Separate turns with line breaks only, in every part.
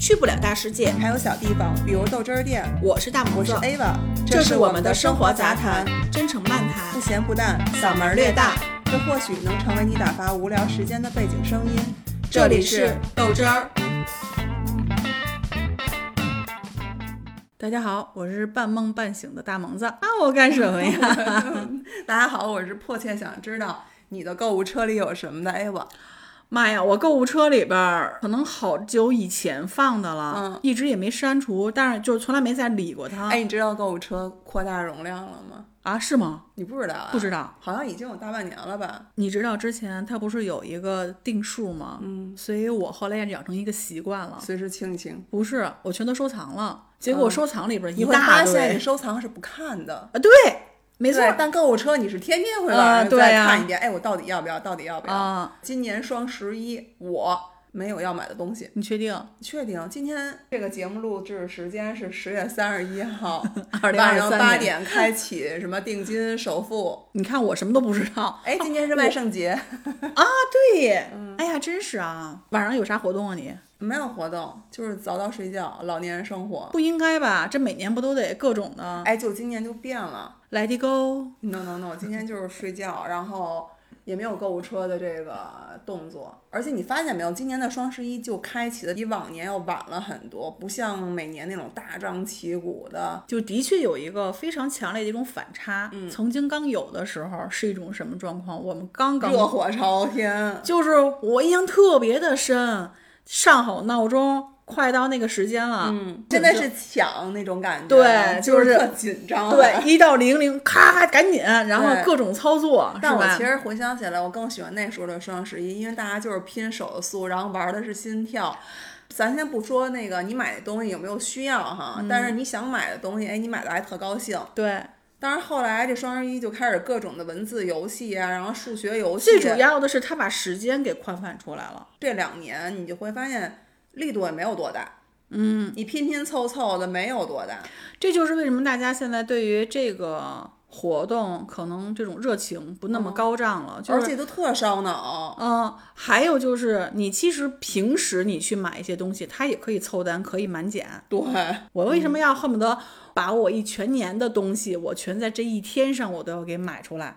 去不了大世界。
还有小地方，比如豆汁儿店。
我是大拇
我是哎
子，
Ava，
这是
是
我
们
们的生
生
活杂
杂
谈，真诚漫谈
不，咸不淡，
嗓门儿略大。
这或许能成为你打发无聊时间的背景声音。
这里是豆汁儿，
大家好，我是半梦半醒的大萌子。那我干什么呀？
大家好，我是迫切想知道你的购物车里有什么的 Ava。
妈呀，我购物车里边儿可能好久以前放的了，
嗯
一直也没删除，但是就是从来没再理过它。
哎，你知道购物车扩大容量了吗？
啊，是吗？
你不知道啊？
不知道。
好像已经有大半年了吧？
你知道之前它不是有一个定数吗？嗯，所以我后来也养成一个习惯了，
随时清一清。
不是我全都收藏了，结果收藏里边嗯
你
一
会
大
发
堆。
现你收藏是不看的，
啊，对，没错
对，但购物车你是天天会
啊
往上
对
再
呀
看一遍，哎，我到底要不要？到底要不要？
啊，
今年双十一我没有要买的东西，
你确定？
确定。今天这个节目录制时间是十月三十一号
2023
晚上八
年
点开启，什么定金首付。
你看我什么都不知道。
哎，今天是万圣节，
啊，对耶，哎呀，真是啊！晚上有啥活动啊你？
没有活动，就是早早睡觉，老年人生活。
不应该吧？这每年不都得各种的
哎，就今年就变了
来的 go？
，no no no，今天就是睡觉，然后也没有购物车的这个动作。而且你发现没有，今年的双十一就开启的比往年要晚了很多，不像每年那种大张旗鼓的。
就的确有一个非常强烈的一种反差。曾经刚有的时候是一种什么状况？我们刚刚
热火朝天，
就是我印象特别的深，上好闹钟，快到那个时间了，嗯
真的是抢那种感觉，
对
就
就是
特紧张。啊
对，一到零零，咔，赶紧，然后
哦对
各种操作，
但我
是吧
其实回想起来，我更喜欢那时候的双十一，因为大家就是拼手速，然后玩的是心跳。咱先不说那个你买的东西有没有需要哈，
嗯
但是你想买的东西，哎，你买的还特高兴。
对，
当然后来这双十一就开始各种的文字游戏啊，然后数学游戏。
最主要的是他把时间给宽泛出来了。
这两年你就会发现力度也没有多大，嗯，你拼拼凑凑的没有多大。
这就是为什么大家现在对于这个活动可能这种热情不那么高涨了，就
哦而
是。
且都特烧脑，
嗯，还有就是，你其实平时你去买一些东西，它也可以凑单，可以满 减。
对，
我为
嗯
什么要恨不得把我一全年的东西，我全在这一天上我都要给买出来？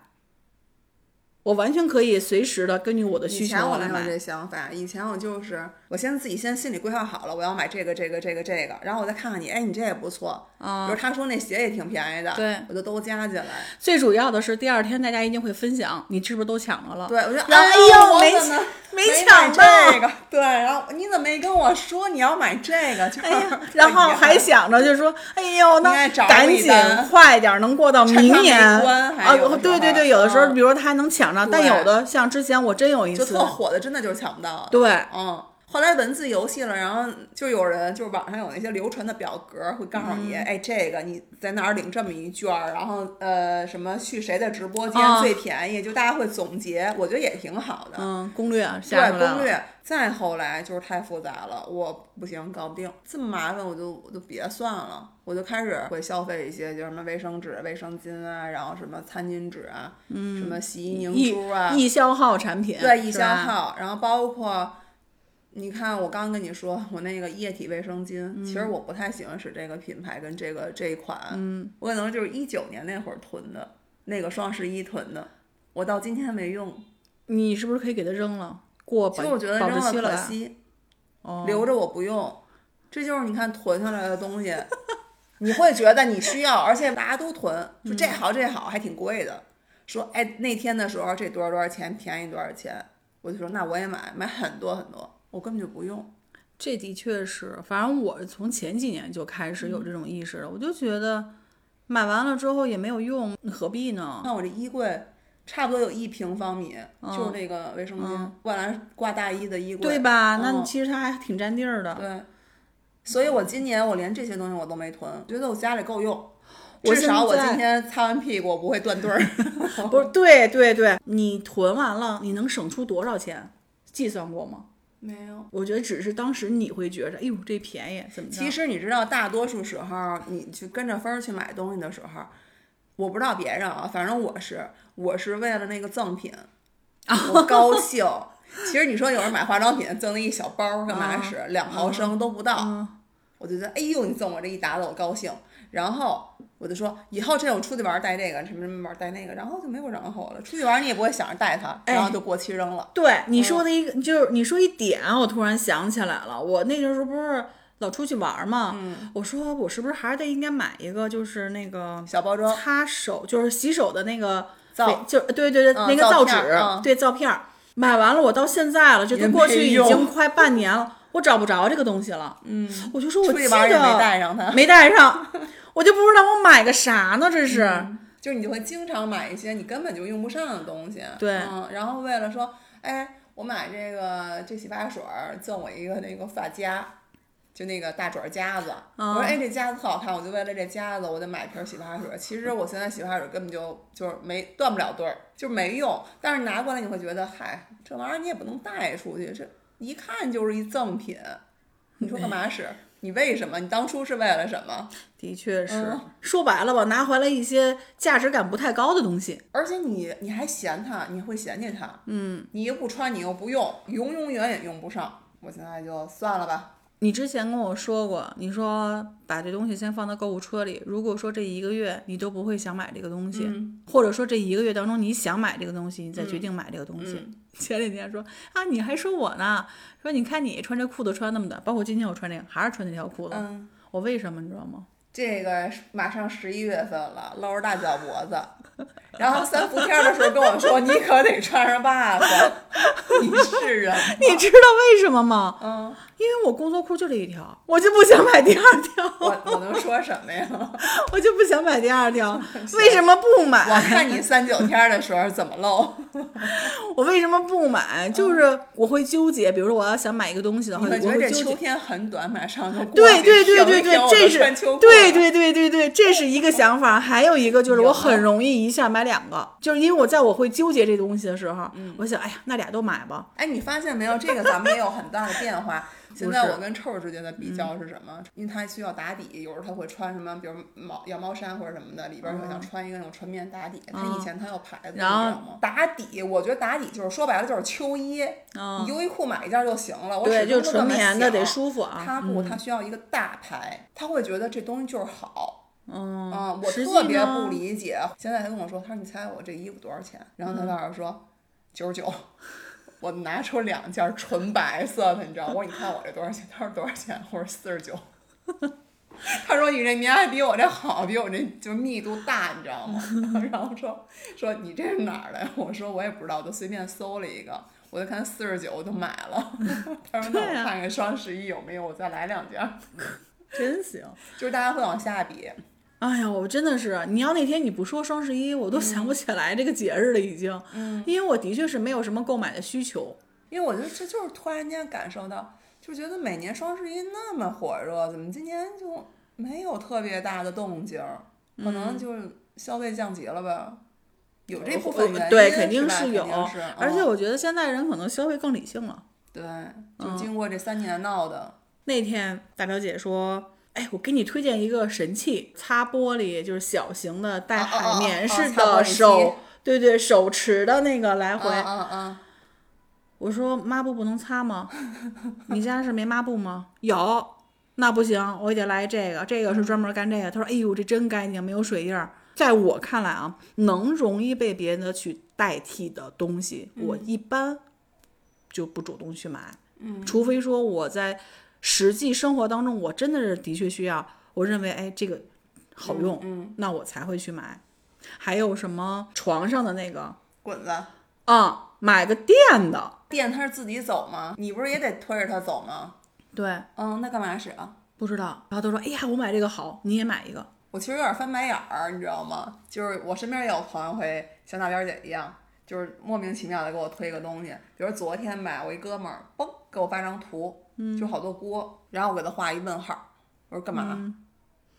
我完全可以随时的根据我的需
以
求
前我
来
没
买。
有这想法，以前我就是我先自己先心里规划好了，我要买这个这个这个这个，然后我再看看你，哎，你这也不错，比如他说那鞋也挺便宜的，
对
我就都加进来。
最主要的是，第二天大家一定会分享，你是不是都抢着了？
对，我就
然后
哎
哎呦
我
没
怎么
没
买
抢到
这个？对，然后你怎么没跟我说你要买这个？就是、
哎 呀， 然后还想着就说，哎呦，
应
那
该找
赶
一
紧
单
快点儿，能过到
趁它
明
没
年
关还
啊
有的时候！
对对对，有的时候，
嗯
比如他还能抢着，但
对
有的像之前我真有一
就
次
特，火的，真的就是抢不到。，
对，
嗯。后来文字游戏了，然后就有人就是网上有那些流传的表格，会告诉你，
嗯
哎，这个你在哪儿领这么一券儿，然后呃什么去谁的直播间
啊
最便宜，就大家会总结，我觉得也挺好的。
嗯，攻略下
对
出来了
攻略，再后来就是太复杂了，我不行，搞不定，这么麻烦，我就我就别算了，我就开始会消费一些，就是什么卫生纸、卫生巾啊，然后什么餐巾纸啊，嗯，什么洗衣凝珠啊，
易易消耗产品，
对，易
是
消
吧，
耗，然后包括。你看，我刚跟你说，我那个液体卫生巾，
嗯
其实我不太喜欢使这个品牌跟这个这一款，嗯，我可能就是一九年那会儿囤的，那个双十一囤的，我到今天没用，
你是不是可以给它扔了？过
其
保
实我觉得
保
扔
质期
了可
吧
惜，
哦，
留着我不用，这就是你看囤下来的东西， 你会觉得你需要，而且大家都囤，就
嗯
这好这好还挺贵的，说哎那天的时候这多少多少钱便宜多少钱，我就说那我也买，买很多很多，我根本就不用。
哦这的确是，反正我从前几年就开始有
嗯
这种意识了，我就觉得买完了之后也没有用，何必呢？
看我这衣柜，差不多有一平方米，就是那个卫生巾，外来挂大衣的衣柜，
哦对吧？那
嗯
其实它还挺占地儿的。
对。所以我今年我连这些东西我都没囤，觉得我家里够用，
我
至少
现
我今
在
天擦完屁股我不会断墩儿。
不是，对对对，你囤完了，你能省出多少钱？计算过吗？
没有。
我觉得只是当时你会觉着，哎呦，这便宜怎么着？
其实你知道，大多数时候你去跟着风儿去买东西的时候，我不知
哦
道别人啊，反正我是我是为了那个赠品，我高兴，其实你说有人买化妆品赠那一小包儿干嘛
哦
使？两毫
嗯
升都不到，我就觉得哎呦，你赠我这一沓子，我高兴。然后我就说以后这种出去玩儿带这个，什么什么玩儿带那个，然后就没有然后了。出去玩儿你也不会想着带它，
哎
然后就过期扔了。
对
嗯
你说的一个，就是你说一点啊，我突然想起来了，我那个时候不是老出去玩嘛，
嗯
我说我是不是还是得应该买一个，就是那个
小包装
擦手，就是洗手的那个
嗯皂，
就对对对，
嗯
那个
皂
皂
片儿
纸，
嗯
对皂片儿。买完了，我到现在了，这
也
都过
没
去已
用
经快半年了，我找不着这个东西了。嗯，我就说我
出
记
去
得
玩儿也没带上它，
没带上，我就不知道我买个啥呢，这是。
就是你就会经常买一些你根本就用不上的东西。
对
嗯，然后为了说，哎，我买这个这洗发水儿赠我一个那个发夹，就那个大卷儿夹子。我说，哎，这夹子特好看，我就为了这夹子，我得买一瓶洗发水儿。其实我现在洗发水儿根本就就是没断不了对儿，就是没用。但是拿过来你会觉得，嗨，这玩意儿你也不能带出去，这一看就是一赠品，你说干嘛使？你为什么？你当初是为了什么？
的确是，
嗯
说白了吧，拿回来一些价值感不太高的东西。
而且你你还嫌它，你会嫌弃它，嗯，你又不穿，你又不用，永永远也用不上。我现在就算了吧，
你之前跟我说过，你说把这东西先放到购物车里。如果说这一个月你都不会想买这个东西，或者说这一个月当中你想买这个东西，你再决定买这个东西。前两天说啊，你还说我呢，说你看你穿这裤子穿那么短，包括今天我穿这个还是穿那条裤子。
嗯，
我为什么你知道吗？
这个马上十一月份了，搂着大脚脖子，然后三伏天的时候跟我说，你可得穿上袜子，你是人吗？
你知道为什么吗？
嗯，
因为我工作裤就这一条，我就不想买第二条，
我我能说什 么呀？
我就不想买第二条。为什么不买？
我看你三九天的时候怎么露，
我为什么不买？就是我会纠结，比如说我要想买一个东西的
嗯你
话，
会
我
觉
会
得这
纠
秋
结。
天很短，马上就过了
对对对
停
对
一停
对，
我
这
就是穿秋裤
对
了
对对对对，这是一个想法。还有一个就是
有
我
吗
很容易一下买两个，就是因为我在我会纠结这东西的时候，
嗯
我想，哎呀，那俩都买吧。
哎，你发现没有？这个咱们也有很大的变化。现 在
不是嗯
我跟臭儿之间的比较是什么？因为他需要打底，有时候他会穿什么，比如毛羊毛衫或者什么的，里边儿就想穿一个那种纯棉打底。他以前他有牌子，你知
嗯然
道
后
吗？打底，我觉得打底就是说白了就是秋衣，你优衣库买一件就行了。我
嗯对，
始
就
终
是
都
纯
这么
棉的得
想
舒服啊。
他不，他需要一个大牌，他会觉得这东西就是好。
嗯
啊、我
实际
特别
呢
不理解。现在他跟我说，他说你猜我这衣服多少钱？然
嗯
后他告诉我说九十九。 我拿出两件纯白色的，你知道？我说你看我这多少钱？他说多少钱？我说四十九。 他说你这棉还比我这好，比我这就是密度大，你知道吗？ 然后说说你这是哪儿的呀？我说我也不知道，我就随便搜了一个，我就看四十九，我就买了。 他说那
对
我
啊
看看双十一有没有，我再来两件儿。
真行。
就是大家会往下比，
哎呀，我真的是，你要那天你不说双十一，我都想
嗯
不起来这个节日了，已经。嗯，因为我的确是没有什么购买的需求。
因为我觉得这就是突然间感受到，就觉得每年双十一那么火热，怎么今年就没有特别大的动静儿？可
嗯
能就是消费降级了吧，有这部分原因
呃对，肯定
是吧肯
有
定是，
而且
嗯
我觉得现在人可能消费更理性了。
对，
嗯
就经过这三年闹的，
那天大表姐说：“哎，我给你推荐一个神器，擦玻璃，就是小型的带
啊啊啊
海绵式
啊擦玻璃
的
机
手，对对，手持的那个来回。
嗯嗯嗯，
我说：“抹布不能擦 吗？你家是没抹布吗？有，那不行，我也得来这个，这个是专门干这个。”他说：“哎呦，这真干净，没有水印儿。”在我看来啊，能容易被别人的去代替的东西，我一般就不主动去买。嗯，除非说我在实际生活当中，我真的是的确需要，我认为哎这个好用，嗯，那我才会去买。还有什么床上的那个
滚子。
啊、买个垫的，
店它是自己走吗？你不是也得推着它走吗？
对，
嗯，那干嘛使啊？
不知道。然后他说：“哎呀，我买这个好，你也买一个。
我其实有点翻白眼儿，你知道吗？就是我身边也有朋友会像大表姐一样，就是莫名其妙的给我推一个东西，比如昨天吧，我一哥们儿嘣给我发张图，
嗯
就好多锅，然后我给他画一问号，我说干嘛？
嗯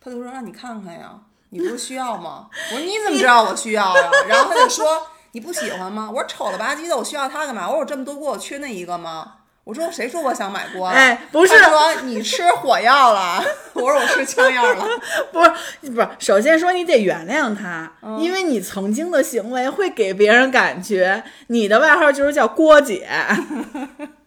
他就说让你看看呀，你不是需要吗？ 我说你怎么知道我需要呀？然后他就说你不喜欢吗？我说丑了吧唧的，我需要它干嘛？我说我这么多锅，我缺那一个吗？我说谁说我想买锅啊？
哎不是
他说你吃火药了， 我说我吃枪药了。
不是不是，首先说你得原谅他，因为你曾经的行为会给别人感觉你的外号就是叫郭姐，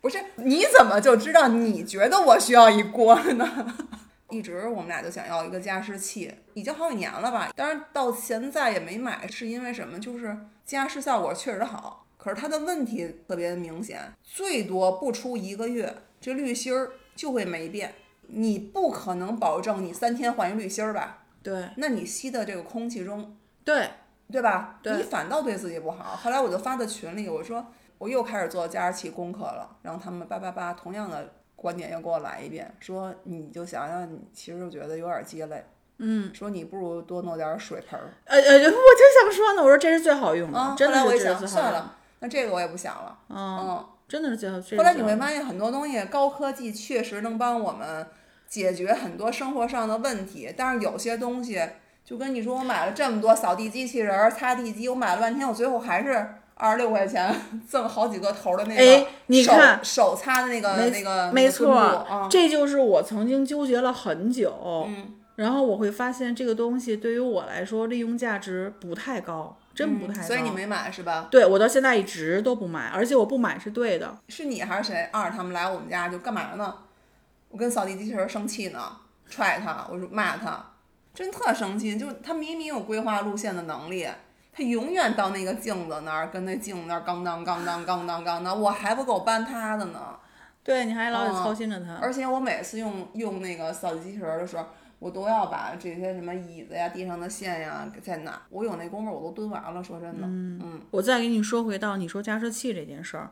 不是，你怎么就知道你觉得我需要一锅呢？ 一直我们俩就想要一个加湿器，已经好几年了吧，但是到现在也没买，是因为什么？就是加湿效果确实好，可是它的问题特别明显，最多不出一个月，这滤芯儿就会没变。你不可能保证你三天换一滤芯儿吧？
对
那你吸的这个空气中
对，
对吧？
对
你反倒对自己不好。后来我就发在群里，我说我又开始做加湿器功课了，然后他们叭叭叭同样的观点又给我来一遍，说你就想想，你其实就觉得有点鸡肋，嗯，说你不如多弄点水盆儿
呃呃，我就想说呢，我说这是最好用的，
啊。
嗯真
后
的
来我一
是这是
想，
最好
算
用的，
了，那这个我也不想了，嗯。
真的是最好。这是
后来你
最
会
好
发现很多东西，高科技确实能帮我们解决很多生活上的问题，但是有些东西，就跟你说我买了这么多扫地机器人儿、擦地机，我买了半天，我最后还是二十六块钱 赠好几个头儿的那个手，
哎你看
手擦的那个
没
那个
没
那
错
个
儿
墩布啊，
这就是我曾经纠结了很久，然后我会发现这个东西对于我来说利用价值不太高，真不太高。
所以你没买是吧？
对我到现在一直都不买，而且我不买是对的。
是你还是谁？二他们来我们家就干嘛呢？我跟扫地机器人儿生气呢，踹他，我说骂他，真特生气。就是他明明有规划路线的能力，他永远到那个镜子那儿跟那镜子那儿咣当咣当咣当咣当，我还不够搬他的呢。
对，你还老得
嗯
操心着它。
而且我每次用用那个扫地机器人儿的时候，我都要把这些什么椅子呀、地上的线呀给再拿。我有那功夫我都蹲完了，说真的，嗯
我再给你说回到你说加湿器这件事儿，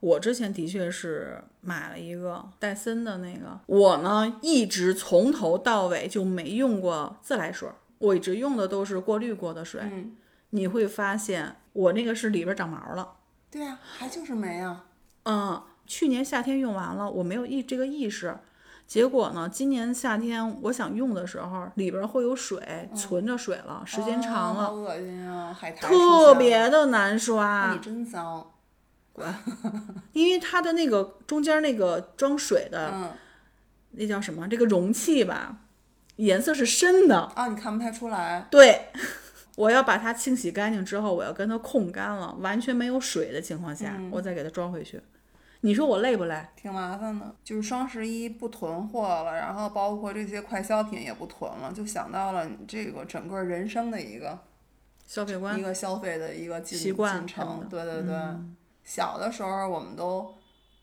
我之前的确是买了一个戴森的那个，我呢一直从头到尾就没用过自来水儿，我一直用的都是过滤过的水。
嗯，
你会发现我那个是里边儿长毛了，
对呀、还就是没啊，
嗯，去年夏天用完了，我没有意这个意识。结果呢？今年夏天我想用的时候，里边儿会有水，存着水了，时间长
啊
了，
好恶心啊，海苔出现
特
了
别的难
那
刷
你。真脏。
因为它的那个中间那个装水的、
嗯
那叫什么？这个容器吧，颜色是深的。
啊，你看不太出来。
对， 我要把它清洗干净之后，我要跟它控干了，完全没有水的情况下，我再给它装回去。你说我累不累？
挺麻烦的，就是双十一不囤货了，然后包括这些快消品也不囤了，就想到了你这个整个人生的一个
消费观
一个消费的一个进
习惯
进
什么
程
的。嗯
对对对，小的时候我们都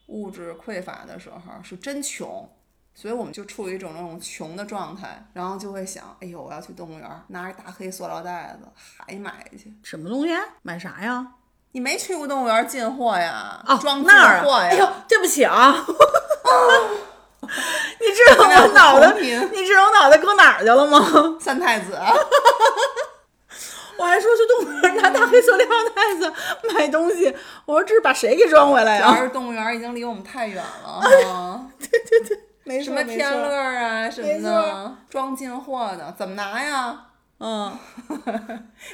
物质匮乏的时候是真穷，所以我们就处于一种那种穷的状态，然后就会想，哎呦，我要去动物园儿，拿着大黑塑料袋子还买去。
什么东西？啊买啥呀？
你没去过动物园儿进货呀？
哦，
装进
那儿
货
啊！
呀？哦
哎呦，对不起啊！ 你知道我脑袋，
同频
你知道我脑袋搁哪儿去了 吗？
三太 子，
我还说去动物园拿大黑塑料袋子买东西，我说这是把谁给装回来
主
呀、
要 是动物园已经离我们太远了 哈。
没
什么天乐，啊什么
没
的
错，
装进货的，怎么拿呀？
嗯，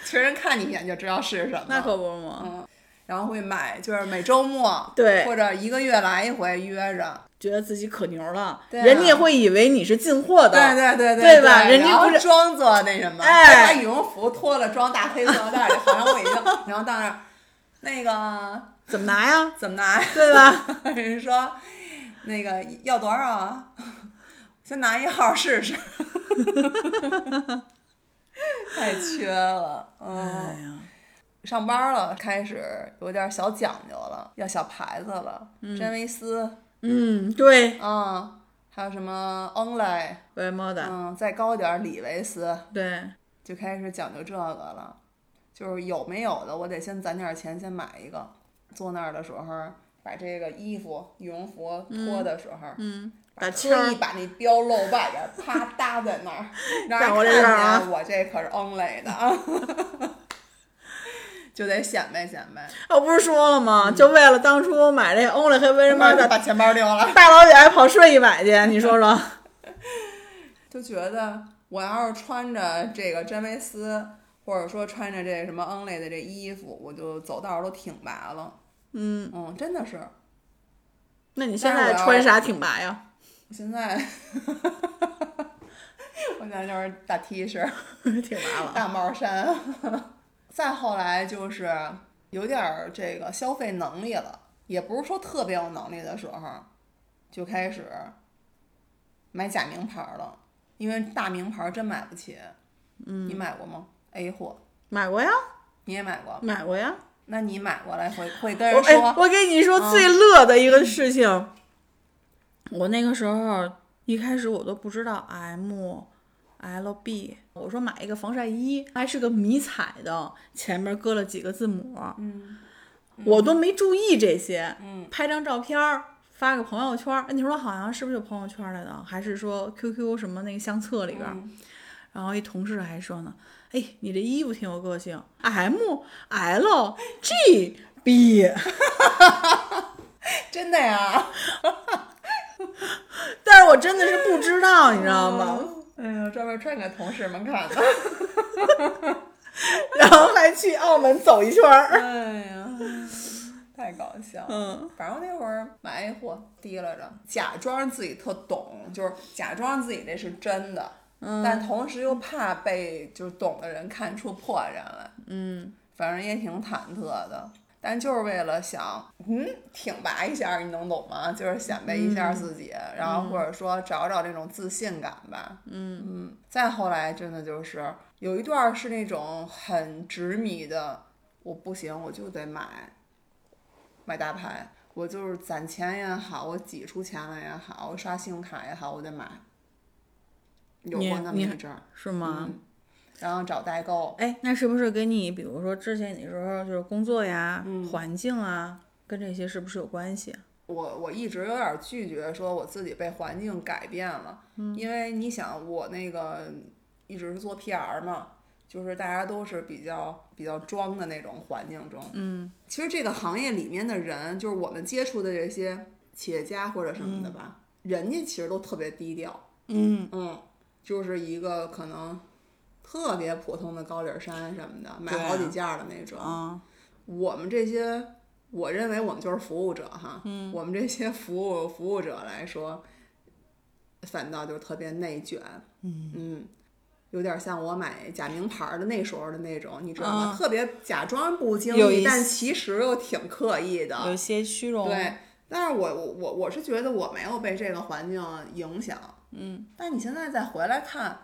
其实人看你一眼就知道是什么。
那可不嘛，
然后会买，就是每周末
对
或者一个月来一回约着。
觉得自己可牛了，
对啊
人家也会以为你是进货的，
对对对
对
对
吧人家
然后
不是
装作那什么，
哎
把羽绒服脱了装大黑塑料袋里，好像我 已经，然后到那儿，那个
怎么拿呀？
怎么拿？
对吧？
人说那个要多少 啊？先拿一号试 试。太缺了，
哎
嗯，
呀，
上班了，开始有点小讲究了，要小牌子了，真维斯
嗯，对，
啊、嗯还有什么 Only，
乖猫的，
嗯，再高点儿李维斯，
对，
就开始讲究这个了，就是有没有的，我得先攒点钱先买一个。坐那儿的时候，把这个衣服、羽绒服脱的时候，
嗯，把
把特
气儿
意把那标露外边儿，啪搭在那儿， 让
在我这
人
儿啊
看见我这可是 only 的 啊，就得显摆显摆。
我哦不是说了吗？就为了当初买这 Only 黑为人猫的，
把钱包 丢了，
大老远跑睡一百去，你说说，
就觉得我要是穿着这个真维斯，或者说穿着这什么 only 的这衣服，我就走道儿都挺拔了。
嗯，
嗯，真的是。
那你现
但是
在
我要
穿啥挺拔呀？
我现在我现在就是大 T 恤儿、
挺拔了。
大帽衫，再后来就是有点儿这个消费能力了，也不是说特别有能力的时候，就开始买假名牌儿了，因为大名牌儿真买不起。嗯，你买过吗？A 货，
买过呀，
你也买过？
买过呀。
那你买过来会会跟
我
人
哎，
说，
我跟你说最乐的一个事情，我那个时候一开始我都不知道 M。L B，我说买一个防晒衣，还是个迷彩的，前面搁了几个字母，
嗯，
我都没注意这些。
嗯，
拍张照片儿，发个朋友圈儿。哎你说好像是不是有朋友圈儿来的，还是说 QQ 什么那个相册里边儿？
嗯
然后一同事还说呢，哎，你这衣服挺有个性，M L G B。
真的呀。
但是我真的是不知道，你知道吗？
哎呀，专门穿给同事们 看的。
然后还去澳门走一圈儿。
哎呀，太搞笑了。
嗯，
反正那会儿买 A 货提拉着，假装自己特懂，就是假装自己这是真的，但同时又怕被就是懂的人看出破绽来。
嗯，
反正也挺忐忑的，但就是为了想，嗯，挺拔一下，你能懂吗？就是显摆一下自己，
嗯
然后或者说找找这种自信感吧。嗯嗯，再后来真的就是有一段儿是那种很执迷的，我不行，我就得买，买大牌。我就是攒钱也好，我挤出钱来也好，我刷信用卡也好，我得买。有
你
过那么
你
一阵儿，
是吗？
嗯然后找代购，
哎，那是不是跟你，比如说之前你说就是工作呀、环境啊，跟这些是不是有关系？
我我一直有点拒绝说我自己被环境改变了，
嗯
因为你想我那个一直是做 PR 嘛，就是大家都是比较比较装的那种环境中，
嗯，
其实这个行业里面的人，就是我们接触的这些企业家或者什么的吧，人家其实都特别低调，
嗯
嗯，就是一个可能特别普通的高领衫什么的，
对
买
啊
好几件儿的那种，
啊，
我们这些，我认为我们就是服务者哈，
嗯
我们这些服务服务者来说，反倒就特别内卷，嗯有点像我买假名牌儿的那时候的那种，你知道吗？
啊
特别假装不经
有一
意，但其实又挺刻意的，
有些虚荣。
对，但是我我我我是觉得我没有被这个环境影响，嗯，但你现在再回来看，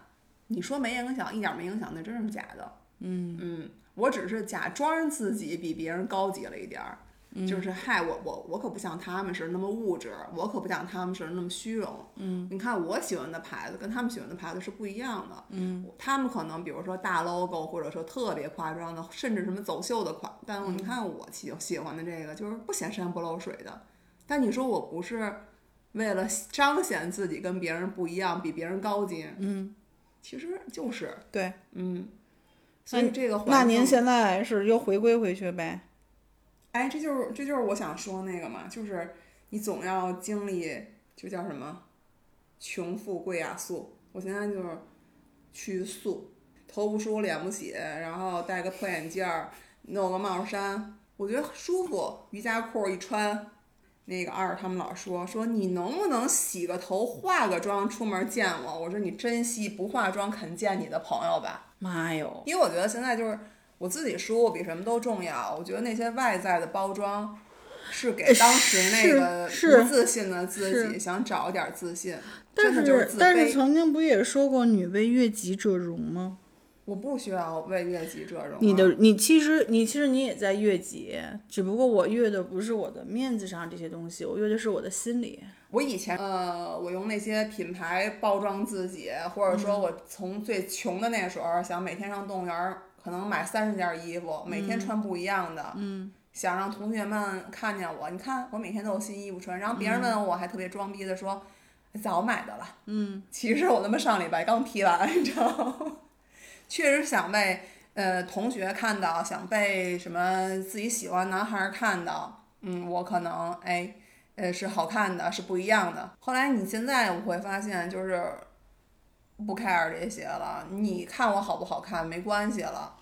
你说没影响，一点儿没影响，那真是假的，嗯嗯，我只是假装自己比别人高级了一点儿，就是嗨，我我我可不像他们是那么物质，我可不像他们是那么虚荣。嗯，你看我喜欢的牌子跟他们喜欢的牌子是不一样的。嗯，他们可能比如说大 logo，或者说特别夸张的，甚至什么走秀的款。但你看我喜喜欢的这个就是不显山不漏水的。但你说我不是为了彰显自己跟别人不一样，比别人高级，
嗯，
其实就是
对。
嗯，所以这个环
那您
境
现在是又回归回去呗？
哎，这就是这就是我想说那个嘛，就是你总要经历，就叫什么穷富贵雅素。我现在就是去素，头不梳脸不洗，然后戴个破眼镜儿，弄个帽衫，我觉得舒服。瑜伽裤一穿，那个二他们老说说你能不能洗个头化个妆出门见我？我说你珍惜不化妆肯见你的朋友吧。
妈哟，
因为我觉得现在就是我自己舒服比什么都重要。我觉得那些外在的包装是给当时那个
呃是
不自信的自己
是
想找点自信，
但
真的就是自
但是
卑。
曾经不也说过“女为悦己者容”吗？
我不需要为悦己者容啊。
你的你其实你其实你也在悦己，只不过我悦的不是我的面子上这些东西，我悦的是我的心里。
我以前呃，我用那些品牌包装自己，或者说我从最穷的那时候，想每天上动物园儿，可能买三十件衣服，每天穿不一样的，嗯，想让同学们看见我，你看我每天都有新衣服穿，然后别人问我还特别装逼的说，哎早买的了，嗯，其实我他妈上礼拜刚批完，你知道吗？确实想被呃同学看到，想被什么自己喜欢男孩儿看到，嗯，我可能哎。呃是好看的，是不一样的。后来你现在我会发现，就是不 care 这些了，你看我好不好看没关系了，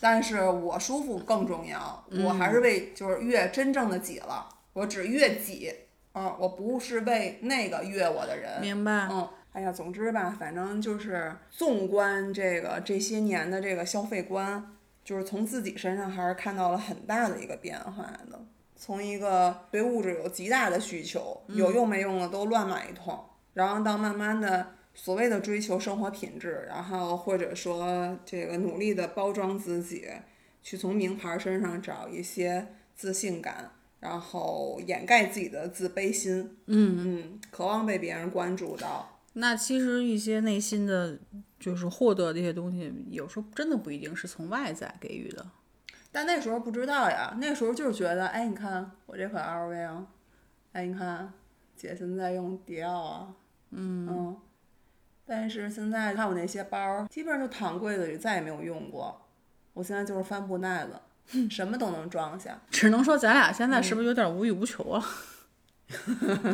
但是我舒服更重要。我还是为就是越真正的己了，我只越己，嗯，我不是为那个约我的人。
明白。
嗯，哎呀，总之吧，反正就是纵观这个这些年的这个消费观，就是从自己身上还是看到了很大的一个变化的。从一个对物质有极大的需求，有用没用的都乱买一通，然后到慢慢的所谓的追求生活品质，然后或者说这个努力的包装自己，去从名牌身上找一些自信感，然后掩盖自己的自卑心，嗯嗯，渴望被别人关注到，
那其实一些内心的，就是获得的一些东西，有时候真的不一定是从外在给予的。
但那时候不知道呀，那时候就是觉得，哎，你看我这款 LV 啊，哎，你看姐现在用迪奥啊，嗯但是现在看我那些包儿，基本上就躺柜子里，再也没有用过。我现在就是帆布袋子，什么都能装下。
只能说咱俩现在是不是有点无欲无求啊？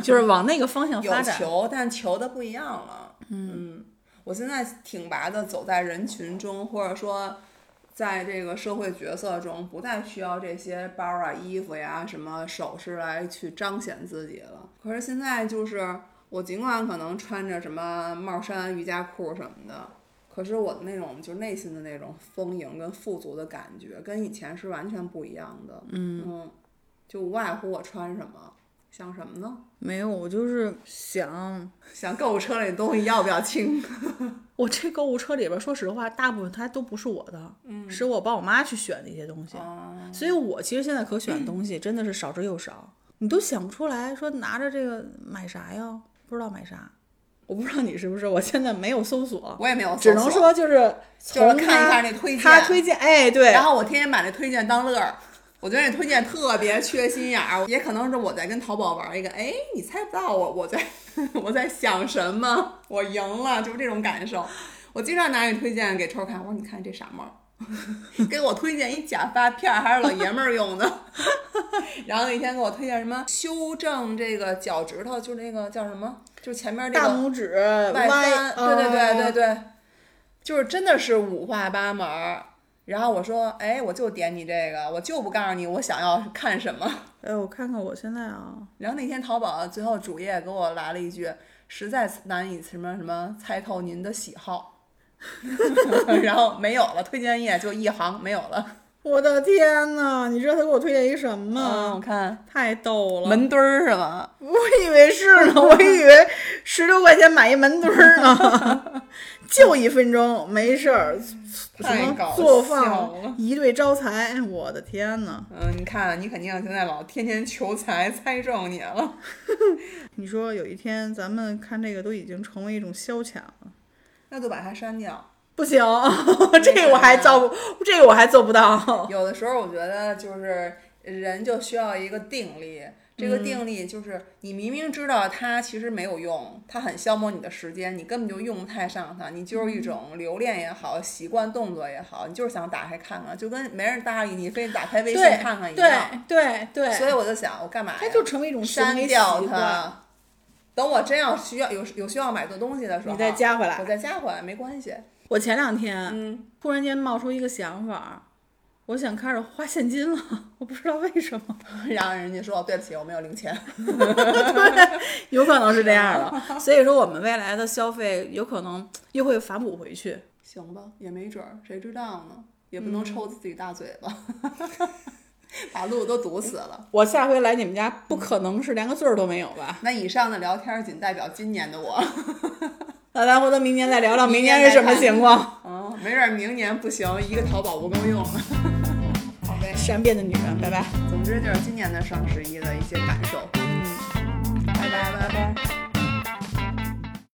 就是往那个方向发
有
展。
球，但球的不一样了。嗯，我现在挺拔的，走在人群中，或者说在这个社会角色中，不再需要这些包啊、衣服呀、什么首饰来去彰显自己了。可是现在就是，我尽管可能穿着什么帽衫、瑜伽裤什么的。可是我的那种，就内心的那种丰盈跟富足的感觉，跟以前是完全不一样的。嗯就无外乎我穿什么，像什么呢？
没有，我就是想，
想购物车里的东西要不要清？
我这购物车里边儿，说实话，大部分它都不是我的，
嗯
是我帮我妈去选的一些东西。
哦
所以我其实现在可 选的东西真的是少之又少，你都想不出来，说拿着这个买啥呀？不知道买啥。我不知道你是不是，我现在没有搜索，
我也没有搜索，
只能说就是
就是
从
看一
他
下那推荐
他推荐，哎，对，
然后我天天把那推荐当乐儿。我觉得那推荐特别缺心眼儿，也可能是我在跟淘宝玩一个，哎，你猜不到我我在 我在想什么，我赢了，就是这种感受。我经常拿你推荐给超看，我说你看这傻帽儿， 给我推荐一假发片儿，还是老爷们儿用的。 然后那天给我推荐什么修正这个脚趾头，就那个叫什么，就前面这
大
个
拇指
呃
嗯
外哦翻，对对对对
对，
对，就是真的是五花八门儿。然后我说，哎，我就点你这个，我就不告诉你我想要看什么。
哎，我看看我现在啊，
然后那天淘宝最后主页给我来了一句，实在难以什么什么猜透您的喜好， 然后没有了，推荐页就一行没有了。
我的天呐，你知道他给我推荐一什么吗？
啊我看
太逗了，
嗯门墩儿是吧？
我以为是呢，我以为十六块钱买一门墩儿呢， 就一分钟，没事儿，
太
什
搞
么做
笑了
饭一对招财，哎我的天呐，
嗯，你看你肯定现在老天天求财， 猜中你了。
你说有一天咱们看这个都已经成为一种消遣了，
那就把它删掉。
不行，
啊
这个我还照不，这个我还做不到。
有的时候我觉得就是人就需要一个定力，这
嗯
个定力就是你明明知道它其实没有用，它很消磨你的时间，你根本就用不太上它，你就是
嗯
一种留恋也好，习惯动作也好，你就是想打开看看，就跟没人搭理你，非得打开微信
对
看看一
对
样。
对对，
所以我就想，我干嘛呀？
它就成为一种行
删
为
掉
习惯。
它。等我真要需要有有需要买的东西的时候，
你再加回来
我再加回来没关系。
我前两天
嗯，
突然间冒出一个想法，我想开始花现金了， 我不知道为什 么。
然后人家说哦对不起，我没有零钱。
有可能是这样 的。所以说，我们未来的消费有可能 又会反哺回去。
行吧，也没准儿，谁知道呢？也不能抽自己大嘴巴， 把路都堵死了。
我下回来你们家，不可能是连个字儿都没有吧？
那以上的聊天儿仅代表今年的我，
那咱回头明年再聊聊，
明
明
年
年是什么
再看
情况？
嗯，没准儿明年不行，一个淘宝不够用了。好呗，
善变的女人，拜拜。
总之就是今年的双十一的一些感受。嗯，拜拜拜拜。